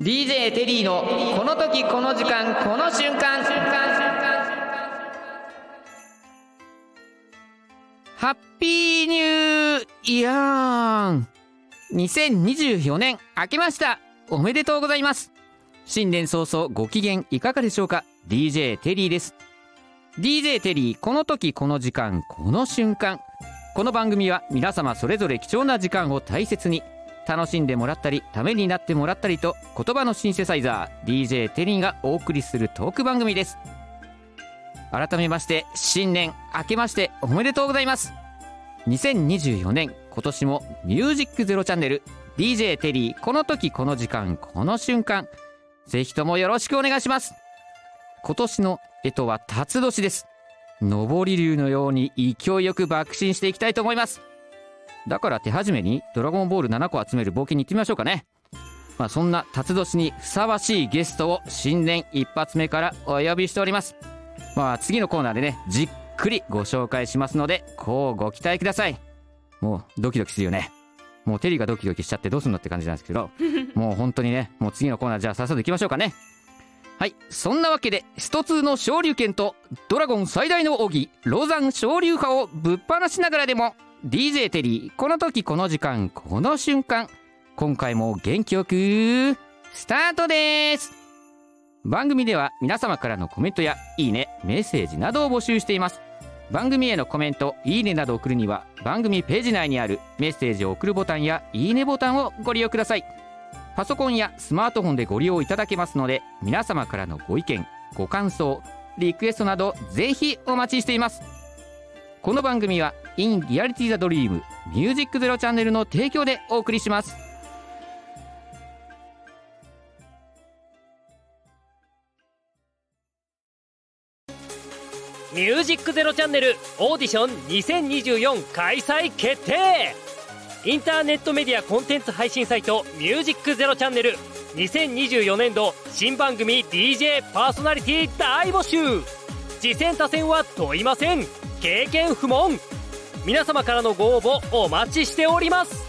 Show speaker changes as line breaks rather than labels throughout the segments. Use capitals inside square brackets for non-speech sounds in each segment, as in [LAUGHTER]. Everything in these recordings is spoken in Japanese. DJ テリーのこの時この時間この瞬間ハッピーニューイヤーン2024年明けましたおめでとうございます新年早々ご機嫌いかがでしょうか DJ テリーです DJ テリーこの時この時間この瞬間この番組は皆様それぞれ貴重な時間を大切に楽しんでもらったりためになってもらったりと言葉のシンセサイザー DJ テリーがお送りするトーク番組です改めまして新年明けましておめでとうございます2024年今年も「ミュージックゼロチャンネル DJ テリーこの時この時間この瞬間ぜひともよろしくお願いします今年の干支は辰年です上り竜のように勢いよく爆心していきたいと思いますだから手始めにドラゴンボール7個集める冒険に行ってみましょうかねまあそんな辰年にふさわしいゲストを新年一発目からお呼びしておりますまあ次のコーナーでねじっくりご紹介しますのでこうご期待くださいもうドキドキするよねもうテリーがドキドキしちゃってどうすんのって感じなんですけどもう本当にねもう次のコーナーじゃあさっさと行きましょうかねはいそんなわけでスト2の昇竜拳とドラゴン最大の奥義ロザン昇竜派をぶっ放しながらでも DJ テリーこの時この時間この瞬間今回も元気よくスタートです番組では皆様からのコメントやいいねメッセージなどを募集しています番組へのコメントいいねなどを送るには番組ページ内にあるメッセージを送るボタンやいいねボタンをご利用くださいパソコンやスマートフォンでご利用いただけますので皆様からのご意見ご感想リクエストなどぜひお待ちしていますこの番組は In Reality the Dream Music Zero チャンネルの提供でお送りします
ミュージックゼロチャンネルオーディション2024開催決定インターネットメディアコンテンツ配信サイトミュージックゼロチャンネル2024年度新番組 DJ パーソナリティ大募集次戦他戦は問いません経験不問皆様からのご応募お待ちしております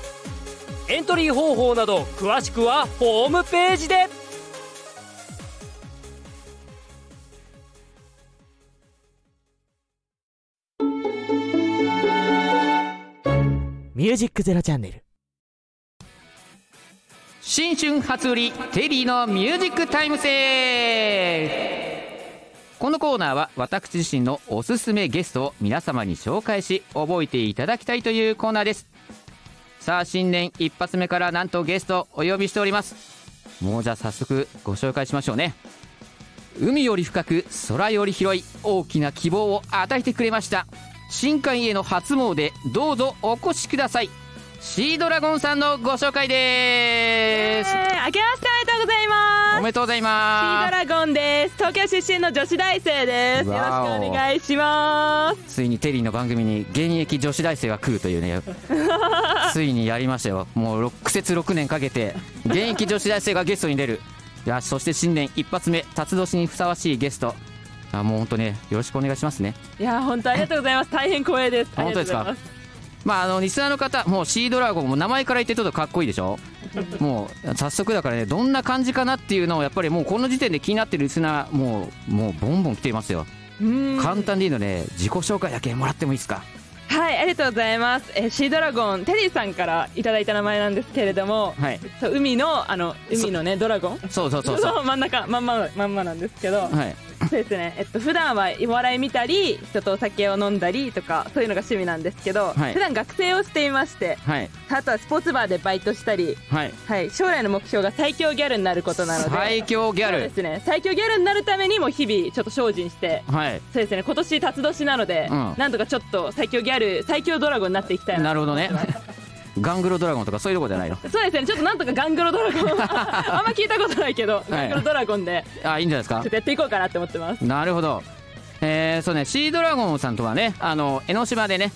エントリー方法など詳しくはホームページで
ミュージックゼロチャンネル。
新春初売りテリーのミュージックタイムセールこのコーナーは私自身のおすすめゲストを皆様に紹介し覚えていただきたいというコーナーですさあ新年一発目からなんとゲストをお呼びしておりますもうじゃあ早速ご紹介しましょうね海より深く空より広い大きな希望を与えてくれました新海への初詣どうぞお越しくださいシードラゴンさんのご紹介です
えー明けましておめでとうござい
お
ます
めでとうござい
シード
ま
ラゴンです東京出身の女子大生ですよろしく
わお
お願いします
すついにテリーの番組に現役女子大生が来るというねついにやりましたよもう6苦節6年かけて現役女子大生がゲストに出るいやそして新年一発目辰年にふさわしいゲストあもう本当ねよろしくお願いしますね
いやー本当ありがとうございます大変光栄です
あ本当ですか
ありがとうございます
まああのリスナーの方もうシードラゴンも名前から言ってちょっとかっこいいでしょもう早速だからねどんな感じかなっていうのをやっぱりもうこの時点で気になってるリスナーもうもうボンボン来ていますよ
うーん
簡単でいいので自己紹介だけもらってもいいですか
はいありがとうございます、えーシードラゴンテリーさんからいただいた名前なんですけれども、
はい
そう海のあの海のねドラゴン
そうそうそうそう
[LAUGHS] 真ん中まんままんまなんですけど、
はい
そうですね、えっと普段はお笑い見たり人とお酒を飲んだりとかそういうのが趣味なんですけど、
はい
普段学生をしていまして
はい
あとはスポーツバーでバイトしたり、
はい
はい、将来の目標が最強ギャルになることなので
最強ギャ
そう
ル
です、ね、最強ギャルになるためにも日々ちょっと精進して。
はい
そうですね今年辰年なので、
うん
なんとかちょっと最強ギャル最強ドラゴンになっていきたいな
なるほどねガングロドラゴンとかそういうとこじゃないの
そうですねちょっとなんとかガングロドラゴ
[LAUGHS]
ンあんま聞いたことないけど、ガングロドラゴンで
あいいんじゃないです
ちょ
か
っとやっていこうかなって思ってます
なるほどえー、そうねシードラゴンさんとはねあの江ノ島でね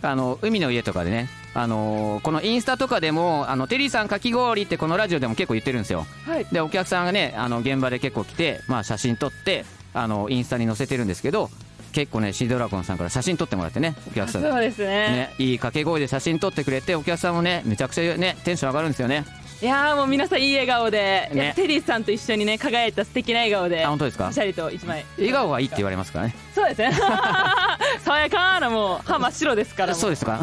あの海の家とかでねあのこのインスタとかでもあのテリーさんかき氷ってこのラジオでも結構言ってるんですよ
はい
でお客さんがねあの現場で結構来て、まあ、写真撮ってあのインスタに載せてるんですけど結構ねシードラゴンさんから写真撮ってもらってねお客さん
そうですね
ね、いい掛け声で写真撮ってくれてお客さんもねめちゃくちゃねテンション上がるんですよね
いやーもう皆さんいい笑顔で、
ね
やっぱテリーさんと一緒にね輝いた素敵な笑顔で
あ本当ですか
ピシャリと一枚
笑顔がいいって言われますからね
そうですね [LAUGHS] 爽やかなもう歯真っ白ですからも
そうですか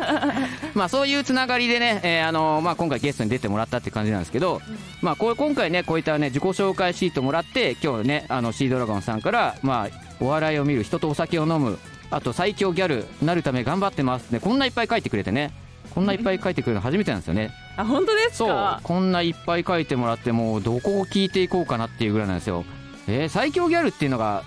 [LAUGHS] まあそういうつながりでね、えーあのまあ、今回ゲストに出てもらったって感じなんですけど、まあ、こう今回ねこういったね自己紹介シートもらって今日ねあのシードラゴンさんから、まあ、お笑いを見る人とお酒を飲むあと最強ギャルなるため頑張ってますねこんないっぱい書いてくれてねこんないっぱい書いてくれるの初めてなんですよね
あ本当です
そう
か
こんないっぱい書いてもらってもうどこを聞いていこうかなっていうぐらいなんですよえー最強ギャルっていうのが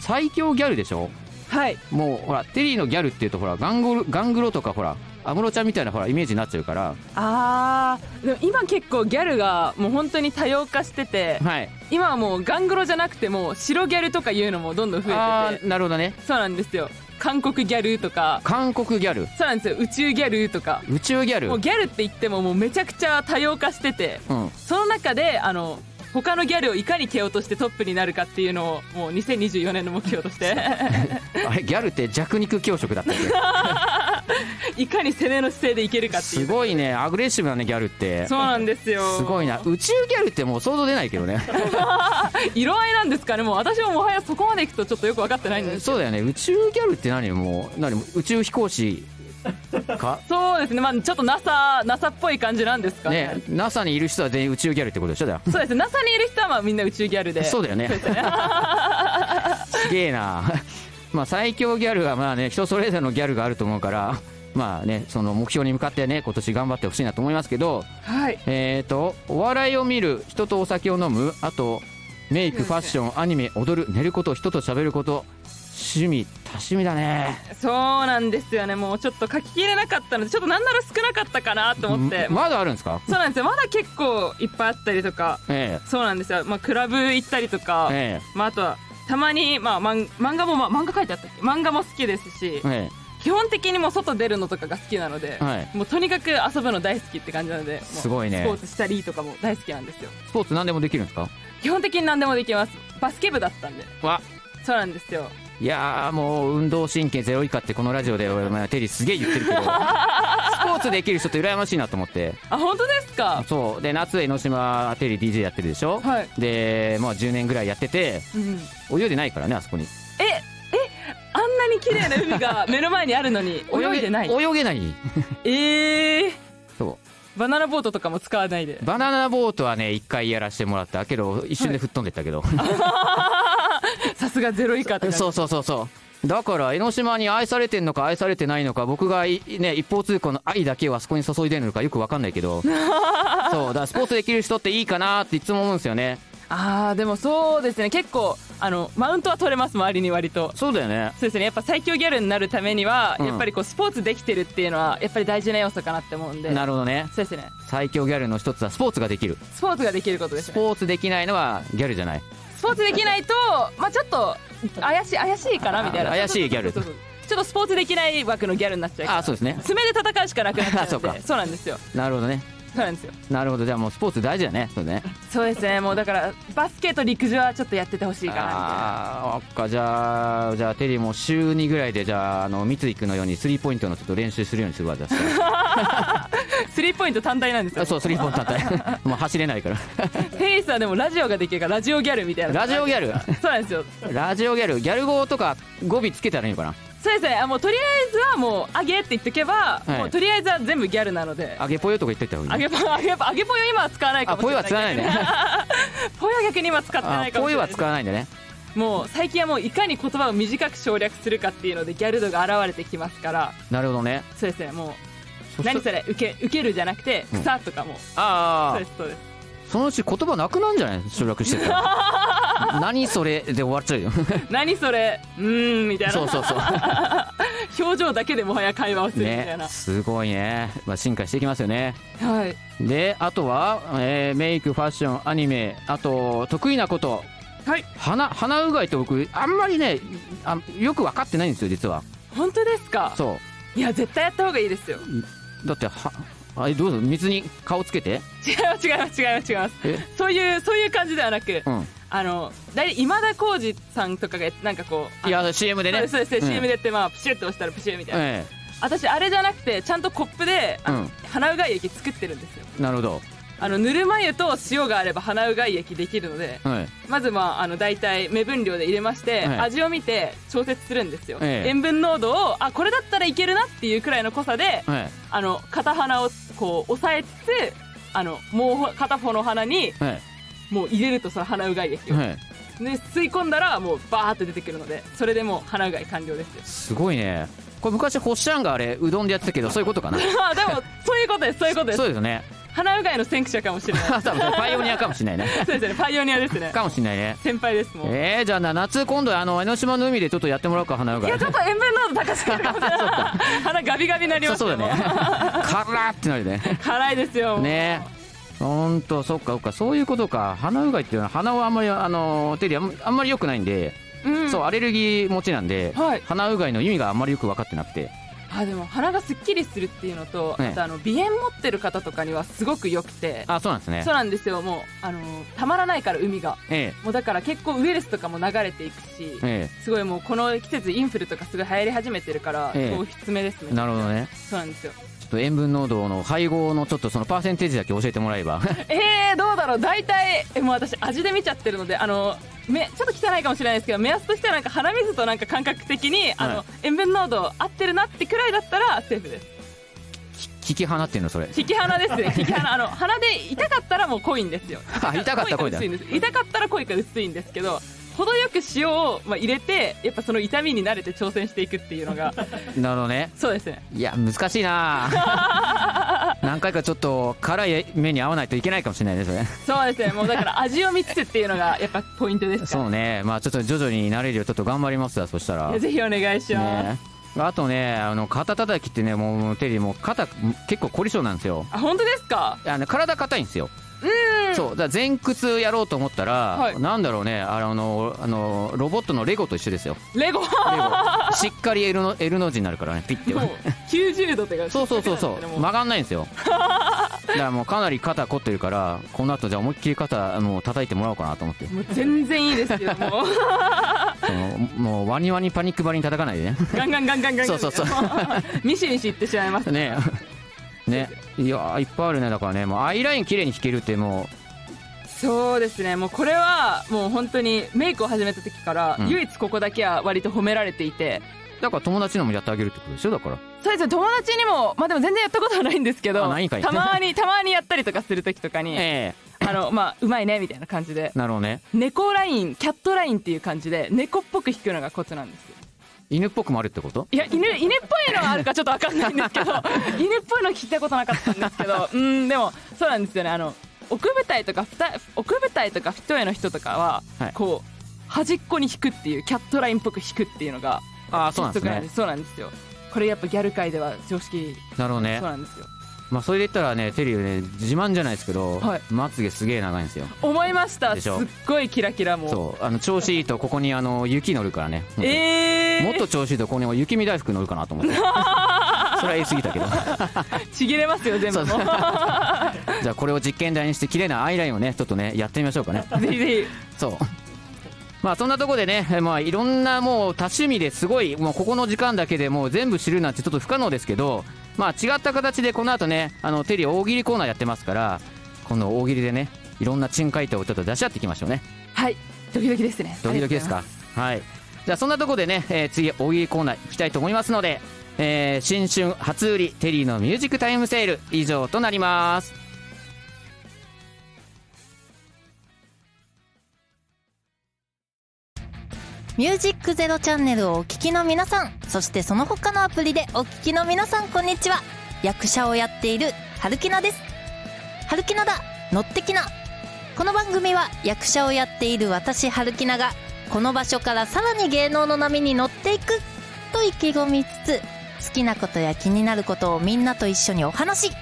最強ギャルでしょ
はい
もうほらテリーのギャルっていうとほらガングロガングロとかほら安室ちゃんみたいなほらイメージになっちゃうから
あーでも今結構ギャルがもう本当に多様化してて
はい
今はもうガングロじゃなくてもう白ギャルとかいうのもどんどん増
あ
えて
ーなるほどね
てそうなんですよ韓国ギャルとか
韓国ギャル
そうなんですよ宇宙ギャルとか
宇宙ギャル
もうギャルって言ってももうめちゃくちゃ多様化してて
うん
その中であの他のギャルをいかに蹴落としてトップになるかっていうのをもう2024年の目標として
あれギャルって弱肉強食だ
[LAUGHS]
ったっ
いかに攻めの姿勢でいける
け
かってい
す
う
ごいねアグレッシブだねギャルって
そうなんですよ
すごいな宇宙ギャルってもう想像出ないけどね
色合いなんですかねもう私ももはやそこまでいくとちょっとよく分かってないんです
そうだよね宇宙ギャルって何もう何宇宙飛行士か
そうですねまあちょっと NASA, NASA っぽい感じなんですかね
ね NASA にいる人は全員宇宙ギャルってことでしょだよ
そうですね NASA にいる人はまあみんな宇宙ギャルで
そうだよ
[LAUGHS]
ねすげえなまあ最強ギャルはまあね人それぞれのギャルがあると思うからまあねその目標に向かってね今年頑張ってほしいなと思いますけど
はい
えー、とお笑いを見る人とお酒を飲むあとメイクファッションアニメ踊る寝ること人と喋ること趣味多趣味だね
そうなんですよねもうちょっと書ききれなかったのでちょっとなんなら少なかったかなと思って
んまだあるんですか
そうなんですよまだ結構いっぱいあったりとか
え
そうなんですよ、まあ、クラブ行ったりと
え
か、
え
まあ、あとはたまに、まあ、マン漫画も、まあ、漫画書いてあったっけ漫画も好きですし、
ええ
基本的にもう外出るのとかが好きなので、
はい
もうとにかく遊ぶの大好きって感じなのでもう
すごいね
スポーツしたりとかも大好きなんですよ
えスポーツ何でもできるんですか
基本的に何でもできますバスケ部だったんで
わ
そうなんですよ
いやーもう運動神経ゼロ以下ってこのラジオで俺まあテリーすげえ言ってるけ
[LAUGHS]
どスポーツできる人って羨ましいなと思って
あ本当ですか
そうで夏江ノ島テリー DJ やってるでしょ、
はい
でまあ10年ぐらいやってて
うん
泳いでないからねあそこに
ええあんなに綺麗な海
[LAUGHS]
が目の前にあるのに泳いでない
泳げ泳げない
ええ
そ
バナナボートとかも使わな
[LAUGHS]
いで
うバナナボートはね一回やらせてもらったけど一瞬で吹っ飛んでったけど、
さすがゼロ以下って
そうそうそうそうだから江ノ島に愛されてんのか愛されてないのか僕がいね、一方通行の愛だけをあそこに注いでるのかよく分かんないけ
[LAUGHS]
どそうだからスポーツできる人っていいかなっていつも思うんですよね
ああでもそうですね結構あのマウントは取れます周りに割と
そうだよね
そうですねやっぱ最強ギャルになるためには、
うん
やっぱりこうスポーツできてるっていうのはやっぱり大事な要素かなって思うんで
なるほどね
そうですね
最強ギャルの一つはスポーツができる
スポーツができることです
ス
ね
ポーツできないのはギャルじゃない
スポーツできないとまあちょっと怪しい怪しいかなみたいな
あ怪しいギャル
そうそうそうそうちょっとスポーツできない枠のギャルになっちゃうから
あそうですね
爪で戦うしかなくなっちゃうので
あ [LAUGHS] そうか
そうなんですよ
なるほどね
そうなんですよ
なるほどじゃあもうスポーツ大事だねそうね
そうですねもうだからバスケと陸上はちょっとやっててほしいかなみたいな
ああーそっかじゃあじゃあテリーも週2ぐらいでじゃああの三井君のようにスリーポイントのちょっと練習するようにするわじゃあ
スリーポイント単体なんですよ [LAUGHS]
あそうスリーポイントだったら [LAUGHS] もう走れないから
テイスはでもラジオができるからラジオギャルみたいな
ラジオギャル
そうなんですよ
ラジオギャルギャル語とか語尾つけたらいいのかな
そうですねあもうとりあえずはもう「あげ」って言っとけば、
はい
もうとりあえずは全部ギャルなので
あげぽよとか言っといた方が
あ
いい
げぽ [LAUGHS] あげぽあげぽよ今は使わないか
あ
もし
ぽ
れ
よ
ない
は使わないね
[LAUGHS] ぽよは逆に今使ってな
あ
いかも
ぽ
し
よ
れな
はい使わないんだね
もう最近はもういかに言葉を短く省略するかっていうのでギャル度が現れてきますから
なるほどね
そうですねも
そうした
何それ受け受けるじゃなくて
うん
草とかも、
あ
そうで
あ
すそうです
そのうち言葉なくなんじゃない省略してたら
[LAUGHS]
何それで終わっちゃうよ
何それうーんみたいな
そうそうそう
[LAUGHS] 表情だけでもはや会話をするみたい
ね
な、
すごいね、まあ、進化していきますよね
はい
であとは、えーメイクファッションアニメあと得意なこと
はい
鼻鼻うがいって僕あんまりねあよく分かってないんですよ実は
本当ですか
そ
いや絶対やった方がいいですよ
うだってはあえどうぞ水に顔つけて
違います違います違います違います
え
そういうそういう感じではなく、
うん
あの大体今田耕司さんとかがなんかこう
いや CM で
そ
ね
うですそうです、
うん
CM でやってまあプシュッと押したらプシュッみたいな、
え
私あれじゃなくてちゃんとコップで、あの
うん
鼻うがい液作ってるんですよ
えなるほど
あのぬるま湯と塩があれば鼻うがい液できるので
はい
まずまああの大体目分量で入れまして、
はい
味を見て調節するんですよ、
ええ
塩分濃度をあこれだったらいけるなっていうくらいの濃さで
はい
あの片鼻をこう押さえつつあのもう片方の鼻に
はい
もう入れるとその鼻うがい液を、
はい
で吸い込んだらもうバーって出てくるのでそれでもう鼻うがい完了です [LAUGHS] よ
すごいねこれ昔ホッシャンがあれうどんでやってたけどそういうことかな
あでもそういうことですそういうことです
そうですよね
鼻うがいの先駆者かもしれない
多分 [LAUGHS] それパイオニアかもしれないね
[LAUGHS] そうですねパイオニアですね
かもしれないね
先輩ですもん、
えー、じゃあな夏今度あの江ノ島の海でちょっとやってもらうか花うが
いやちょっと塩分濃度高すぎるかもしれない鼻ガビガビになり
そ
ま
う
す
そう
よ
だ
[LAUGHS]
ね辛ってなるね
辛いですよもう
ねほんとそっかそっかそういうことか鼻うがいっていうのは鼻をあんまりあの手であんあんまり良くないんで、
うん
そうアレルギー持ちなんで、
はい
鼻うがいの意味があんまりよく分かってなくて
あでも鼻がすっきりするっていうのと、
ええ
あとあの鼻炎持ってる方とかにはすごく良くて
あそうなんですね
そうなんですよもうあのたまらないから海が
え
もうだから結構ウイルスとかも流れていくし
ええ
すごいもうこの季節インフルとかすごい流行り始めてるから、
ええ
おすすめです
え
ね
なるほどね
そうなんですよ
ちょっと塩分濃度の配合のちょっとそのパーセンテージだけ教えてもらえば [LAUGHS]
えー、どうだろう大体えもう私味で見ちゃってるのであのめちょっと汚いかもしれないですけど目安としてはなんか鼻水となんか感覚的にあの、
はい
塩分濃度合ってるなってくらいだったらセーフです
き聞き放ってんの
[LAUGHS]
それ
引き鼻で
[LAUGHS]
すね引き鼻あの鼻で痛かったらもう濃いんですよ
あ痛かった声だ
濃いから薄いんです痛かったら濃いから薄いんですけど程よく塩を、まあ、入れてやっぱその痛みに慣れて挑戦していくっていうの
[LAUGHS]
が
なるほどね
そうですね
いや難しいな
[LAUGHS]
何回かちょっと辛い目に合わないといけないかもしれないですね
[LAUGHS] そうですねもうだから味を見つつっていうのがやっぱポイントですか
そうねまあちょっと徐々に慣れるようちょっと頑張りますわそしたら
らぜひお願いします、
ねあとねあの肩たたきってねもうテリーもう肩結構凝り性なんですよ
あ本当ですか
あの体硬いんですよそうだから前屈やろうと思ったら、
はい
なんだろうねあのあのあのロボットのレゴと一緒ですよ
レゴ
レ [LAUGHS] ゴしっかり L の L の字になるからねピッて
もう90度ってか
そうそうそうそう曲がんないんです [LAUGHS] よだからもうかなり肩凝ってるからこの後じゃあ思いっきり肩もう叩いてもらおうかなと思って
もう全然いいですよ
[LAUGHS]
もう
そのもうワニワニパニックばりに叩かないで [LAUGHS] ね
ガンガンガンガンガンガ
そ
ン
うそうそう
ミシミシいってしまいます
ねねいやーいっぱいあるねだからねもうアイライン綺麗に引けるっても
そうですねもうこれはもう本当にメイクを始めた時から、
うん
唯一ここだけは割と褒められていて
うだから友達のもやってあげるってことでしょだから
そうですね友達にもまあでも全然やったことはないんですけど
あないんかい
たまにたまにやったりとかする時とかに、
[LAUGHS] え
あのまあうまいねみたいな感じで
なるほどね
猫ラインキャットラインっていう感じで猫っぽく弾くのがコツなんですよ
犬っぽくもあるってこと
いや犬犬っぽいのはあるかちょっと分かんないんで
[LAUGHS]
すけど犬っぽいの聞いたことなかったんですけどうんでもそうなんですよねあの奥舞台とかふた奥舞台とか一重の人とかは、
はい
こう端っこに引くっていうキャットラインっぽく引くっていうのが
ああそうなんです
鉄則
ね
そうなんですよこれやっぱギャル界では常識
なるほど
そう
ね
なんですよ
まあそれで言ったらねテリーね自慢じゃないですけど、
はい
まつげすげえ長いんですよ
思いました
ですし
っ
ょ
ごいキラキラもう
そうあの調子いいとここにあの雪乗るからね、
えー、
もっと調子いいとここに雪見大福乗るかなと思
[LAUGHS]
ってそれは言い過ぎたけど
ちぎれますよ全部
[LAUGHS] そうそ
も
う
う
じゃあこれを実験台にして綺麗なアイラインをねちょっとねやってみましょうかね
ぜひぜひ
そう。まあそんなとこでね、えまあいろんなもう多趣味ですごい、もうここの時間だけでもう全部知るなんてちょっと不可能ですけど、まあ違った形でこの後ね、あのテリー大喜利コーナーやってますから、この大喜利でね、いろんな珍回答をちょっと出し合っていきましょうね。
はいドキドキですね
ドキドキですか。はい。じゃあそんなとこでね、えー次大喜利コーナー行きたいと思いますので、えー新春初売りテリーのミュージックタイムセール以上となります。
ミュージックゼロチャンネルをお聞きの皆さん、そしてその他のアプリでお聞きの皆さん、こんにちは。役者をやっている、はるきなです。はるきなだ、乗ってきな。この番組は役者をやっている私、はるきなが、この場所からさらに芸能の波に乗っていく、と意気込みつつ、好きなことや気になることをみんなと一緒にお話し、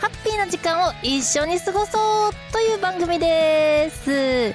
ハッピーな時間を一緒に過ごそうという番組です。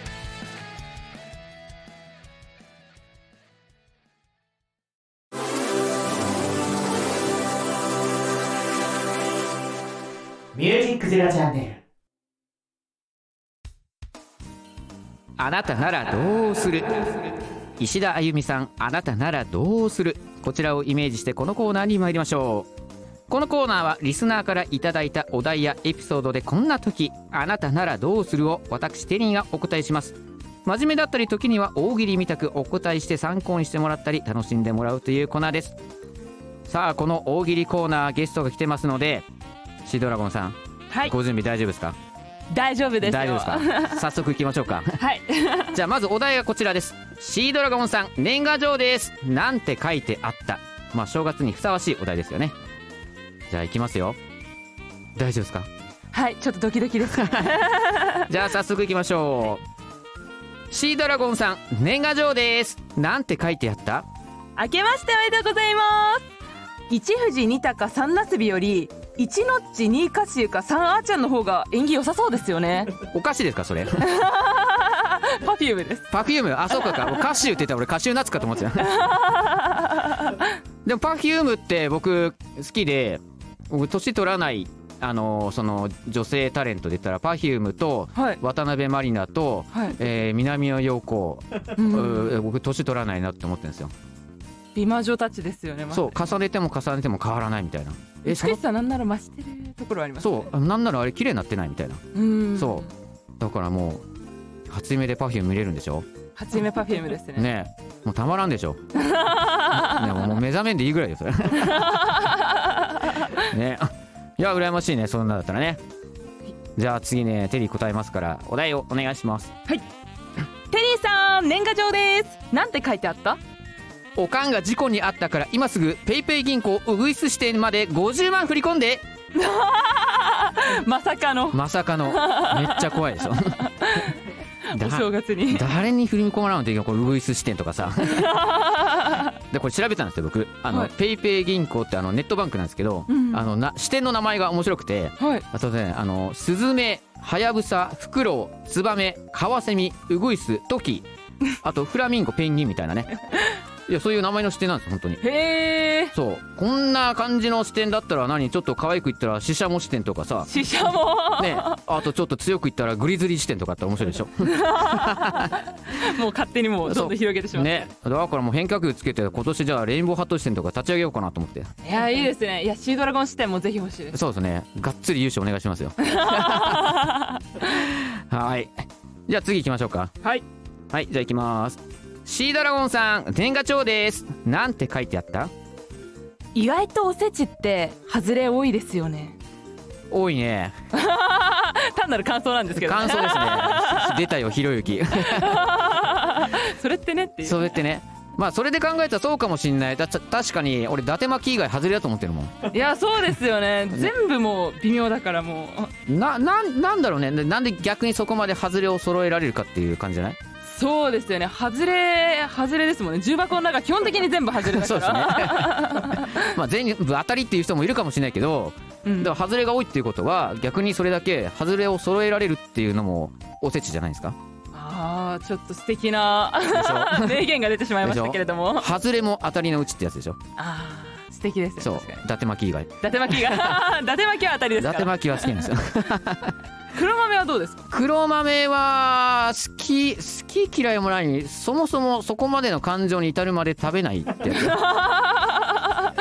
ミュージックゼロチャンネル
あなたならどうする石田あゆみさんあなたならどうするこちらをイメージしてこのコーナーに参りましょうこのコーナーはリスナーからいただいたお題やエピソードでこんな時あなたならどうするを私テリーがお答えします真面目だったり時には大喜利みたくお答えして参考にしてもらったり楽しんでもらうというコーナーですさあこの大喜利コーナーゲストが来てますのでシードラゴンさん、
はい
ご準備大丈夫ですか
大丈夫ですよ
大丈夫ですか早速行きましょうか
はい [LAUGHS]
じゃあまずお題がこちらですシードラゴンさん年賀状ですなんて書いてあったまあ正月にふさわしいお題ですよねじゃあ行きますよ大丈夫ですか
はいちょっとドキドキです
[LAUGHS] じゃあ早速行きましょうシードラゴンさん年賀状ですなんて書いてあった
明けましておめでとうございます一富士二鷹三なすびより一ノッチ二カシユか三あーちゃんの方が縁起良さそうですよね
お菓子ですかそれ
パフュームです
[LAUGHS] パフュームあ
[LAUGHS]
そうかか歌手って言ったら俺カシューナッツかと思ってたでもパフュームって僕好きで僕年取らないあのその女性タレントで言ったらパフュームと
はい
渡辺満里奈と、
はい
えー南野陽子、
う
うんー僕年取らないなって思ってるんですよ
美魔女たちですよねまさに
そう重ねても重ねても変わらないみたいなえ
美
その
しさなんなら増してるところあります
そうなんならあれ綺麗になってないみたいな
うん
そだからもう初夢でパフューム見れるんでしょ
初めパフュームですね
ねえもうたまらんでしょねえもう目覚めんでいいぐらいですよねえいや羨ましいねそんなだったらねじゃあ次ねテリー答えますからお題をお願いします
テリーさん年賀状ですなんて書いてあった
おかんが事故にあったから今すぐペイペイ銀行ウグイス支店まで50万振り込んで
まさかの
まさかのめっちゃ怖いでしょ
お
だ
正月に
誰に振り込まないといけないこれウグイス支店とか
[LAUGHS]
さでこれ調べたんですよ僕あの、
はい
ペイペイ銀行ってあのネットバンクなんですけど、
うん
あのな支店の名前が面白くて
はい
あとねあのスズメハヤブサフクロウツバメカワセミウグイストキあとフラミンゴペンギンみたいな
[LAUGHS]
ねいやそういう名前の支店なんです本当に
へえ
そうこんな感じの視点だったら何ちょっと可愛く言ったらシシャモ視点とかさ
死者も、 [LAUGHS]
ねあとちょっと強く言ったらグリズリー視点とかあって面白いでしょ
もう勝手にもうどんどん広げてしまう
ねだからもう変化球つけて今年じゃあレインボーハット視点とか立ち上げようかなと思って
いやいいですねいやシードラゴン視点もぜひ欲しいです
そうですねがっつり優勝お願いし
[LAUGHS]
ますよはいじゃあ次行きましょうか
はい
はいじゃあ行きますシードラゴンさん年賀状ですなんて書いてあった
意外とおせちって外れ多いですよね
多いね
単なる感想なんですけど、
感想ですね出たよひろゆき
[LAUGHS] それってねっていう
そうやってねまあそれで考えたらそうかもしんないだた確かに俺伊達巻き以外外れだと思ってるもん
いやそうですよね全部もう微妙だからもう
ななんなんだろうねななんで逆にそこまで外れを揃えられるかっていう感じじゃない
そうですよね外れ外れですもんね重箱の中基本的に全部外れ [LAUGHS] だから
そうですね [LAUGHS] まあ全部当たりっていう人もいるかもしれないけど
うん
だから外れが多いっていうことは逆にそれだけ外れを揃えられるっていうのもおせちじゃないです
[LAUGHS]
か
あーちょっと素敵な [LAUGHS]
で
名言が出てしまいましたけれども
外れも当たりのうちってやつでしょ
あー素敵ですね
そう
確かに
伊達巻き以外伊
伊達巻きが伊達巻きは当たりですか
達
ら
巻きは好きなんですよ [LAUGHS]
黒豆はどうですか
黒豆は好き好き嫌いもないそもそもそこまでの感情に至るまで食べないってや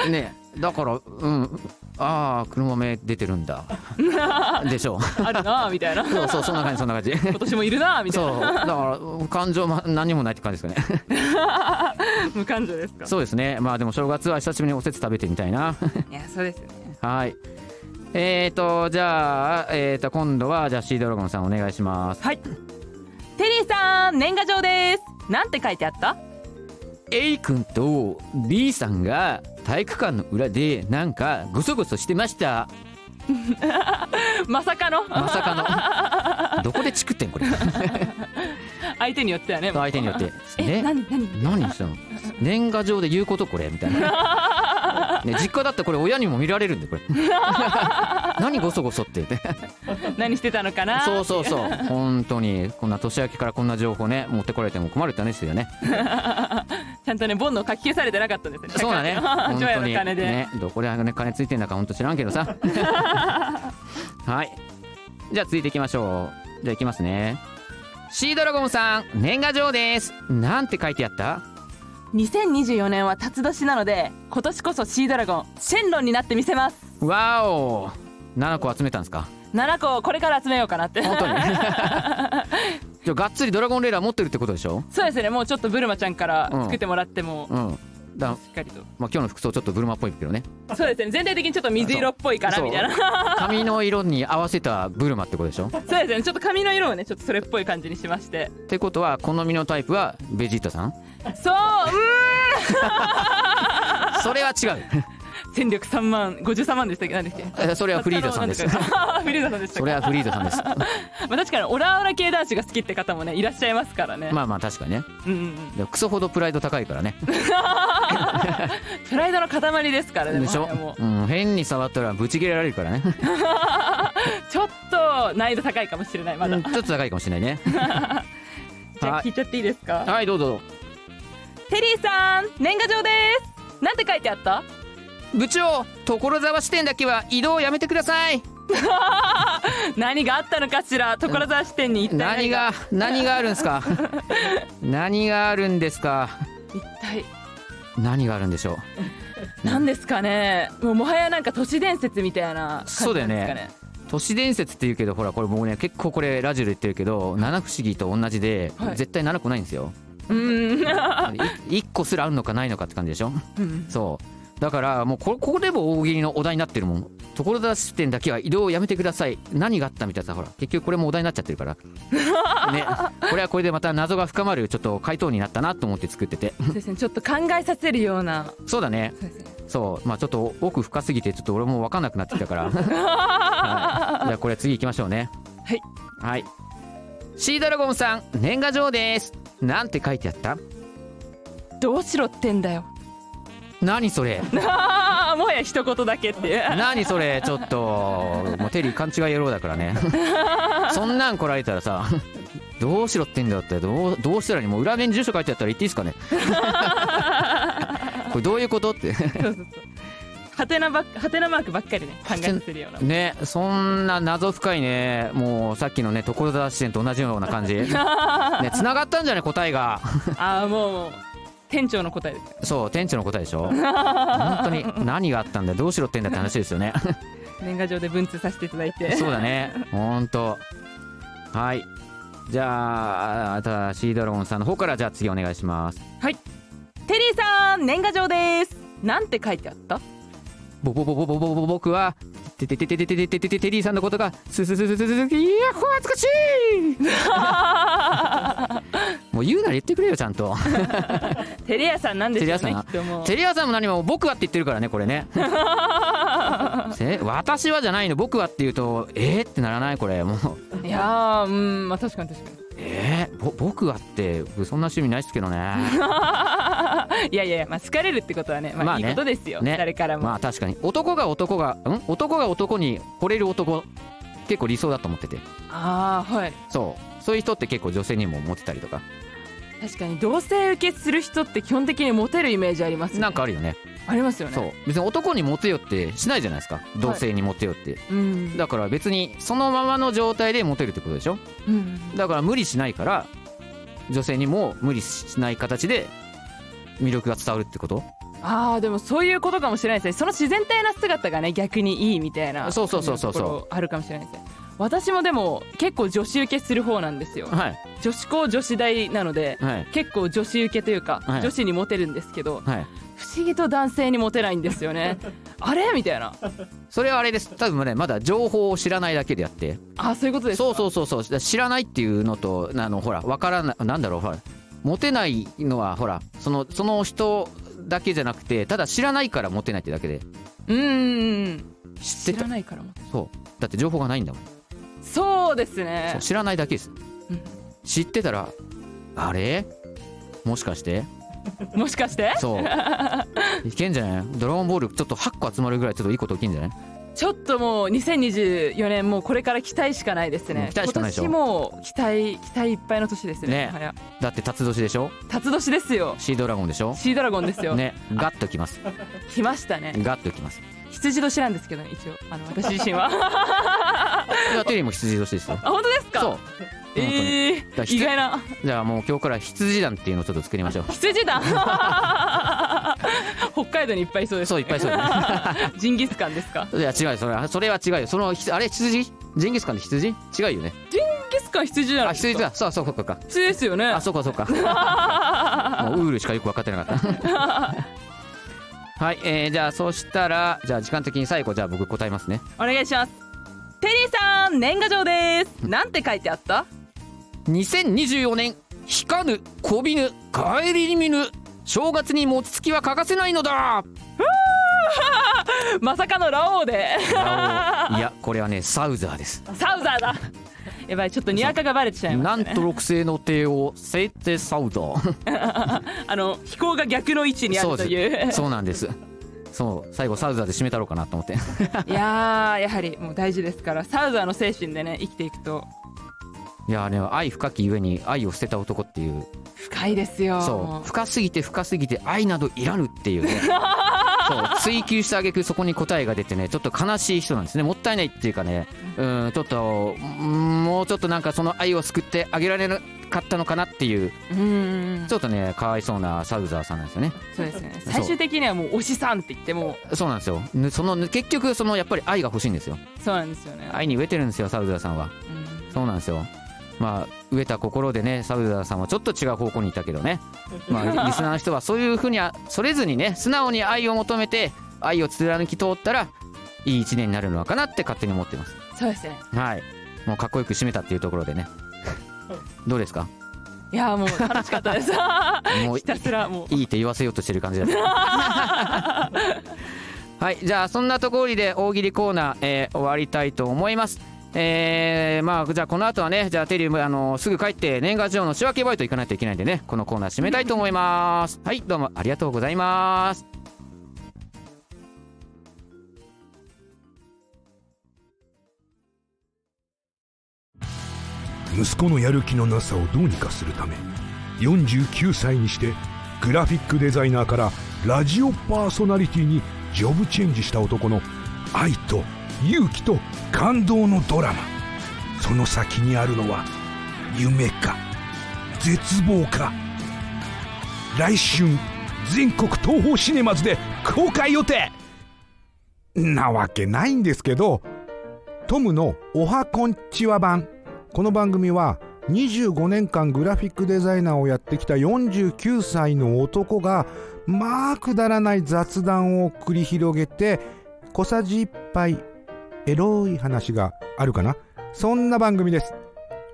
つ
[LAUGHS]
ねだからうんああ黒豆出てるんだでしょう
あるなーみたいな
[LAUGHS] そうそうそんな感じそんな感
[LAUGHS]
じ
今年もいるなーみたい
そうだから感情も何もないって感じです
[LAUGHS]
かね
な無感情ですか
そうですねまあでも正月は久しぶりにおせち食べてみたい
[LAUGHS]
な
いやそうですよね
はいえーとじゃあ、えー、と今度はじゃあシードラゴンさんお願いします
はいテリーさん年賀状ですなんて書いてあった
A 君と B さんが体育館の裏でなんかごそごそしてました
まさかの
まさか
[LAUGHS]
のどこでチクってんこれ
相手によってはね
相手によって
え
ね
何何
何したの年賀状で言うことこれみたいな、 [LAUGHS] ね、実家だってこれ親にも見られるんでこ [LAUGHS] れ何ごそごそって言って
何してたのかな
そうそうそう本当にこんな年明けからこんな情報ね持ってこられても困るって話です [LAUGHS] よね
ちゃんとね煩悩書き消されてなかったんですね
[LAUGHS] そうだね
社会の
本
除夜
当
の
に
鐘で、
[LAUGHS] ねどこで金ついてんだか本当知らんけどさははいじゃあ続いていきましょうじゃあいきますねシードラゴンさん年賀状ですなんて書いてあった
2024年は辰年なので今年こそシードラゴンシェンロンになってみせます
わお7個集めたんですか
7個をこれから集めようかなって
本
[LAUGHS]
当にじゃあがっつりドラゴンレーラー持ってるってことでしょ
そうですねもうちょっとブルマちゃんから作ってもらっても、
うんだ
しっかりと
まあ、今日の服装ちょっとブルマっぽいけどね
そうですね全体的にちょっと水色っぽいかな
そう
みた
[LAUGHS]
いな
髪の色に合わせたブルマってことでしょ
そうですねちょっと髪の色をねちょっとそれっぽい感じにしまして
ってことは好みのタイプはベジータさん
そう
それは違う
うん戦力3万53万でしたっけ何でしたっけ
えそれはフリーダさんです [LAUGHS]
あーフリーダさんでした
そ
っ
れ
け
はフリーダさんです
まあ確かにオラオラ系男子が好きって方もねいらっしゃいますからね、
まあまあ確かにね
うんうんうん
でもクソほどプライド高いからね
プライドの塊ですからね
でしょ
もはやもう
うん、変に触ったらブチ切れられるからね
ちょっと難易度高いかもしれないまだ、
うんちょっと高いかもしれないね
[LAUGHS] じゃ
は
あ聞
い
いちゃっていいですか、
はいどうぞ
テリーさん年賀状ですなんて書いてあった
部長所沢支店だけは移動をやめてください
何があったのかしら所沢支店に一体
何が何があるんです
[LAUGHS]
か何があるんですか
一体
何があるんでしょう
何ですかねもうもはやなんか都市伝説みたいな感じ
そうだよね
なんですかね
都市伝説っていうけどほらこれ僕ね結構これラジオで言ってるけど七不思議と同じで、
はい
絶対7個ないんです
[LAUGHS]
よ
うーん
1個すらあるのかないのかって感じでしょ
うん
そうだからもうこれここでも大喜利のお題になってるもん所沢支店だけは移動をやめてください何があったみたいなさほら結局これもお題になっちゃってるからねこれはこれでまた謎が深まるちょっと回答になったなと思って作ってて
そうですねちょっと考えさせるような
そうだね
そうですね
そうまあちょっと奥深すぎてちょっと俺も分かんなくなってきたから、
[LAUGHS]
はい、じゃあこれ次行きましょうね
はい
はいシードラゴンさん年賀状ですなんて書いてあった
どうしろってんだよ
何それ
あーもはや一言だけっていう
何それちょっともうテリー勘違い野郎だから
[LAUGHS]
ねそんなん来られたらさどうしろってんだよってどうどうしたらにもう裏面に住所書いてあったら言っていいです
[LAUGHS]
かねこれどういうことって
[LAUGHS] そうそうそうはてなばっはてなマークばっかりね考えさせるような
ねそんな謎深いねもうさっきのね所沢支店と同じような感じね繋がったんじゃない答えが [LAUGHS]
ああもう店長の答えですか
そう店長の答えでしょ本当に何があったんだよどうしろってんだって話ですよね
ら年賀状で文通させていただいて
そうだね本当はいじゃああただシードラゴンさんの方からじゃあ次お願いします
テリーさん年賀状ですなんて書いてあった
ぼぼぼぼぼぼぼ僕はててててててててててテリーさんのことがすすすすすすいやこ恥ずかしいもう言うなら言ってくれよちゃんと
テレ屋さんなんでしょう
テレ屋
ね
さん
きっともう
テレ朝も何も僕はって言ってるからねこれねせ私はじゃないの僕はって言うとえー、ってならないこれもう
いやーうんまあ確かに確か
えー、ぼ僕はって僕そんな趣味ないですけどね
に [LAUGHS] いやいやいやまあ好かれるってことはねま
まあ
あい
ね
いことですよ、
ね
誰からも、
まあ確かに男が男がん男が男に惚れる男結構理想だと思ってて
ああはい
そうそういう人って結構女性にもモテたりとか
確かに同性受けする人って基本的にモテるイメージあります、ね、
なんかあるよね
ありますよね
そう別に男にモテよってしないじゃないですか同性にモテよって、
うん
だから別にそのままの状態でモテるってことでしょ
うん
だから無理しないから女性にも無理しない形で魅力が伝わるってこと
あーでもそういうことかもしれないですねその自然体な姿がね逆にいいみたいな
そうそうそうそうそう
感じのところあるかもしれないですね私もでも結構女子受けする方なんですよ
はい
女子校女子大なので
はい
結構女子受けというか、
はい
女子にモテるんですけど
はい
不思議と男性にモテないんです
[LAUGHS]
よねあれみたいな
それはあれです多分ねまだ情報を知らないだけであって
あそういうことですか
そうそうそうそう知らないっていうのとあのほらわからないなんだろうほらモテないのはほらそのその人だけじゃなくてただ知らないからモテないってだけで
うーん
知っ
知
て
ら
た
ないからモテ
そうだって情報がないんだもん、
そうです
そ
ね
う知らないだけです知ってたらあれもしかして
もしかして [LAUGHS]
そう。いけんじゃないドラゴンボールちょっと8個集まるぐらいちょっといいこと起きんじゃない
ちょっともう2024年もうこれから期待しかないです
うん
ね
期待しかないでしょ
今年も期待期待いっぱいの年です
ね
ねね
だって辰年でしょ
辰年ですよ
シードラゴンでしょ
シードラゴンですよ、
ね、ガッときます。
来ましたね
ガッときます。 [LAUGHS]
羊年なんですけどね一応あの私自身は
はテリーも羊年ですよ
あ本当ですか
そう当に
ええ
から
ー、意外な
じゃあもう今日から羊団っていうのをちょっと作りましょう
羊だ
[LAUGHS]
北海道にいっぱいいそうです
そういっ [LAUGHS] ぱいそうだ
ジンギスカンですか
ね [LAUGHS] いや違うよそれはそれは違うよそのひあれ羊ジンギスカンで羊違うよね
ジンギスカン羊じゃな
あ
いです
羊
か
だそうそうそうか
羊ですよね
あそうか [LAUGHS] そうかもうウールしかよく分かってなかった [LAUGHS] はい、えー、じゃあそしたらじゃあ時間的に最後じゃあ僕答えますね
お願いしますテリーさん年賀状ですなんて書いてあった
2024年引かぬこびぬ帰り見ぬ正月に餅つきは欠かせないの [LAUGHS] だ
まさかのラオウで
ラオウいやこれはねサウザーです
サウザーだやばいちょっとにわかがバレてしまい
な
まし
ん
た、ね、
と六星の帝王聖帝サウザー
あの飛行が逆の位置にあ
そ
る
う
という
ですそうなんですそう最後サウザーで締めたろうかなと思って [LAUGHS]
いやーやはりもう大事ですからサウザーの精神でね生きていくと
いやーね愛深きゆえに愛を捨てた男っていう
深いですよ
そう深すぎて深すぎて愛などいらぬっていう
[LAUGHS]
ねそう追求した挙句そこに答えが出てねちょっと悲しい人なんですねもったいないっていうかねうんちょっとうんもうちょっとなんかその愛を救ってあげられなかったのかなっていう
ううん
ちょっとねかわいそうなサウザーさんなんですよね
そうですね最終的にはもう推しさんって言っても
そうなんですよぬそのぬ結局そのやっぱり愛が欲しいんですよ
そうなんですよね、
愛に飢えてるんですよサウザーさんは
うん
そうなんですよまあ飢えた心でねサウザーさんはちょっと違う方向にいたけどねまあリスナーの人はそういうふうにはそれずにね素直に愛を求めて愛を貫き通ったらいい一年になるのかなって勝手に思ってます
そうですね
はいもうかっこよく締めたっていうところでねどうですか
いやーもう楽しかったです
[LAUGHS] もうい
[LAUGHS] ひたすらもう
いいって言わせようとしてる感じだったはいじゃあそんなところで大喜利コーナー、えー終わりたいと思いますえーまあじゃあこの後はねじゃあテリウムあのすぐ帰って年賀状の仕分けバイト行かないといけないんでねこのコーナー締めたいと思いますはいどうもありがとうございます
息子のやる気のなさをどうにかするため49歳にしてグラフィックデザイナーからラジオパーソナリティにジョブチェンジした男の愛と勇気と感動のドラマその先にあるのは夢か絶望か来春全国東宝シネマズで公開予定なわけないんですけどトムの「おはこんちは版」この番組は25年間グラフィックデザイナーをやってきた49歳の男がまあくだらない雑談を繰り広げて小さじ1杯エロい話があるかなそんな番組です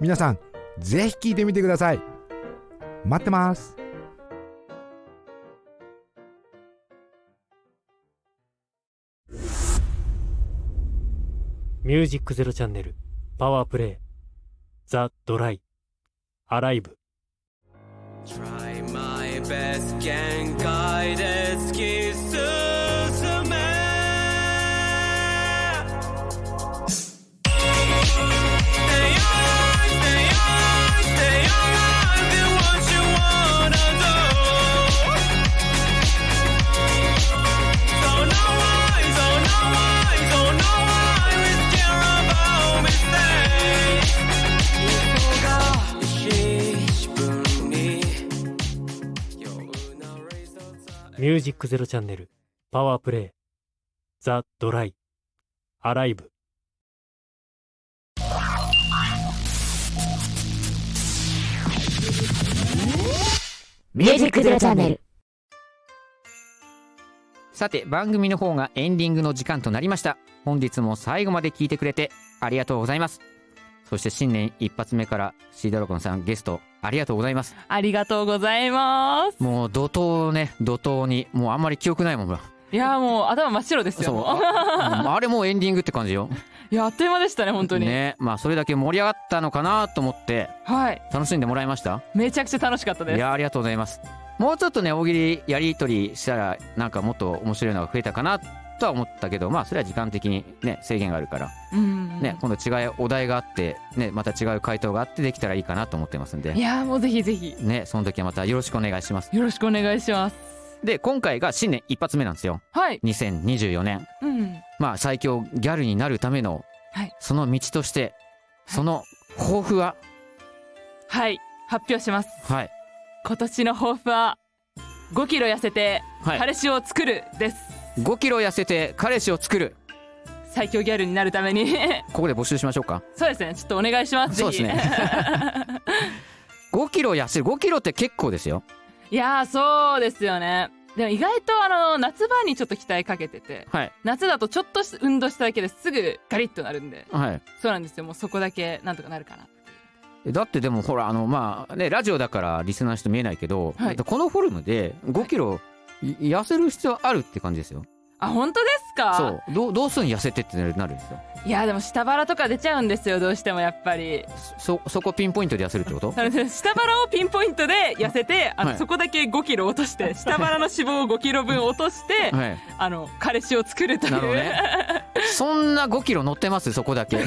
皆さんぜひ聞いてみてください待ってます
ミュージックゼロチャンネル、パワープレイ、ザ・ドライ、アライブ。
Try my best 限界で突き進め uh,
ミュージックゼロチャンネル、パワープレイ、ザ・ドライ、アライブ。
ミュージックゼロチャンネル
さて番組の方がエンディングの時間となりました本日も最後まで聞いてくれてありがとうございますそして新年一発目からシーダロコンさんゲストありがとうございます
ありがとうございます
もう怒涛ね怒涛にもうあんまり記憶ないもんほら
いやーもう頭真っ白ですよ
そう
もう
あうんあれもうエンディングって感じよ
[LAUGHS] いやあっという間でしたね本当に、
ねまあそれだけ盛り上がったのかなと思って
はい
楽しんでもらいました
めちゃくちゃ楽しかった
い
です
やありがとうございますもうちょっとね大喜利やり取りしたらなんかもっと面白いのが増えたかなとは思ったけどまあそれは時間的にね制限があるから
うん
ね今度違うお題があってねまた違う回答があってできたらいいかなと思ってますん
い
で
やーもうぜひぜひ
ねその時はまたよろしくお願いします
よろしくお願いします
で今回が新年一発目なんですよ
はい
2024年
うん
まあ最強ギャルになるための
はい
その道としてその抱負は
はい発表します
はい
今年の抱負は5キロ痩せて
はい
彼氏を作るです、
5キロ痩せて彼氏を作る
最強ギャルになるために [LAUGHS]
ここで募集しましょうか
そうですねちょっとお願いします
そうですね5キロ痩せる5キロって結構ですよ
[LAUGHS] いやーそうですよねでも意外とあの夏場にちょっと期待かけてて
はい
夏だとちょっとし運動しただけですぐガリッとなるんで
はい
そうなんですよもうそこだけなんとかなるかな
えだってでもほらあのまあねラジオだからリスナーの人見えないけど、
はい
えっとこのフォルムで5キロい痩せる必要あるって感じですよ
あ本当ですか
そうどうどうするに痩せてってなるんですよ
いやでも下腹とか出ちゃうんですよどうしてもやっぱり
そそこピンポイントで痩せるってこと
なので下腹をピンポイントで痩せてあの、
はい
そこだけ5キロ落として下腹の脂肪を5キロ分落として、
はい
あの彼氏を作るとい
[LAUGHS]
う
なるほどねそんな5キロ乗ってますそこだ
[LAUGHS]
け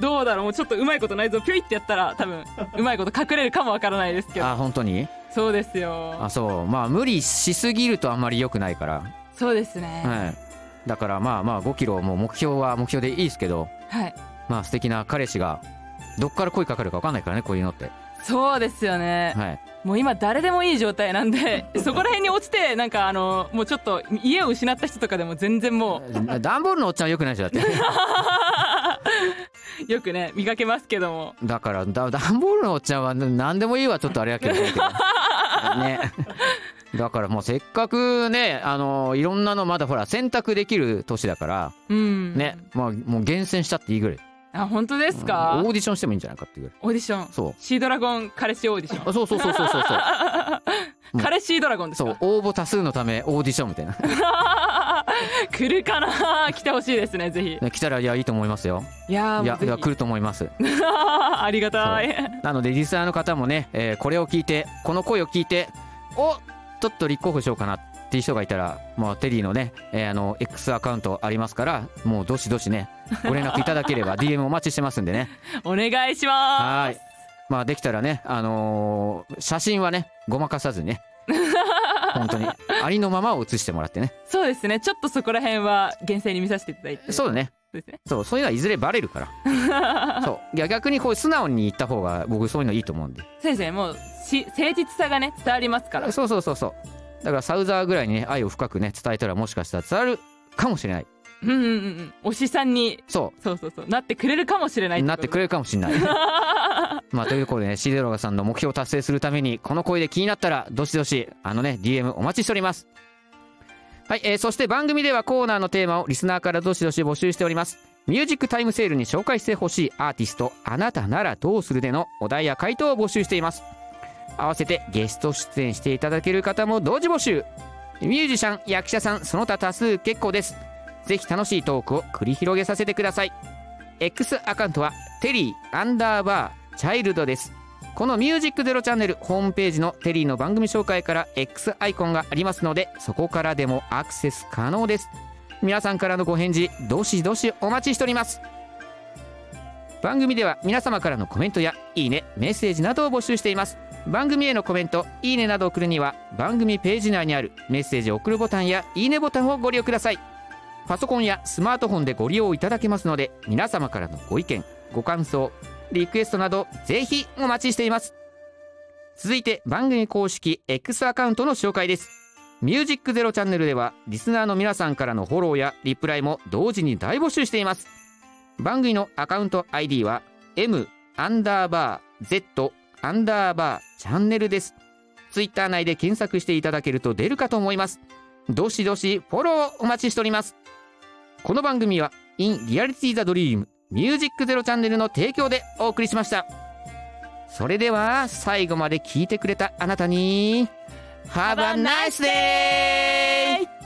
どうだろうもうちょっとうまいことないぞピョイってやったら
[LAUGHS]
多分うまいこと隠れるかもわからないですけど
あ本当に
そうですよ
あそうまあ無理しすぎるとあんまり良くないから
そうですね
はいだからまあまあ5キロもう目標は目標でいいですけど
はい、
まあ素敵な彼氏がどっから声かかるか分かんないからねこういうのって
そうですよね、
はい
もう今誰でもいい状態なんでそこら辺に落ちてなんかあのもうちょっと家を失った人とかでも全然も
段ボールのおっちゃんはよくないでしょだって
[LAUGHS] うよくね見かけますけども
だからだ段ボールのおっちゃんは何でもいいわちょっとあれや
[LAUGHS]
けどねだからもうせっかくねあのいろんなのまだほら選択できる年だから
うん
ね、まあもう厳選したっていいぐらい
あ本当です
オ
か
ーディションしてもいいんじゃないかっていうぐらい
オーディション
そう
シードラゴン彼氏オーディショ
あそうそうそうそうそうそう
[LAUGHS] ン彼氏ドラゴンです
そう
か
応募多数のためオーディションみたいな
[LAUGHS] 来るかな来てほしいですねぜひ
ね来たらいやいいと思いますよ
いや
い
ー
や
もう
いや
ぜ
来ると思います
ひ [LAUGHS] ありがたい
なのでリスナーの方もね、えーこれを聞いてこの声を聞いておちょっと立候補しようかなっていう人がいたらもうテリーのね、えーあの X アカウントありますからもうどしどしねご連絡いただけ
[LAUGHS]
れば DM お待ちしてますんでね
お願いしま
はーいまあできたらねあのー写真はねごまかさず
[LAUGHS]
にね本当にありのままを写してもらってね
すそうですねちょっとそこら辺は厳正に見させていただいて
そう
う
だね
ですね
そうそういうのはいずれバレるからそういや逆にこう素直に言った方が僕そういうのいいと思うんで
そうですねもうし誠実さがね伝わりますから
そうそうそうそうだからサウザーぐらいにね愛を深くね伝えたらもしかしたら伝わるかもしれない
うんうんうんうん推しさんに
そ
そうそうそうなってくれるかもしれな
う
い
なってく
れ
れるかもしれ
[LAUGHS]
ないまあということでねシデロガさんの目標を達成するためにこの声で気になったらどしどしあのね DM お待ちしておりますはい、えーそして番組ではコーナーのテーマをリスナーからどしどし募集しておりますミュージックタイムセールに紹介してほしいアーティストあなたならどうするでのお題や回答を募集しています合わせてゲスト出演していただける方も同時募集ミュージシャン役者さんその他多数結構ですぜひ楽しいトークを繰り広げさせてください X アカウントはテリーアンダーバーチャイルドですこの「ミュージックゼロチャンネル」ホームページのテリーの番組紹介から X アイコンがありますのでそこからでもアクセス可能です皆さんからのご返事どしどしお待ちしております番組では皆様からのコメントやいいねメッセージなどを募集しています番組へのコメントいいねなどを送るには番組ページ内にあるメッセージを送るボタンやいいねボタンをご利用くださいパソコンやスマートフォンでご利用いただけますので皆様からのご意見ご感想リクエストなどぜひお待ちしています続いて番組公式 X アカウントの紹介ですミュージックゼロチャンネルではリスナーの皆さんからのフォローやリプライも同時に大募集しています番組のアカウント ID は M アンダーバー Z アンダーバーチャンネルですツイッター内で検索していただけると出るかと思いますどしどしフォローをお待ちしておりますこの番組は In Reality the Dream Music Zero チャンネルの提供でお送りしましたそれでは最後まで聞いてくれたあなたに Have a nice day!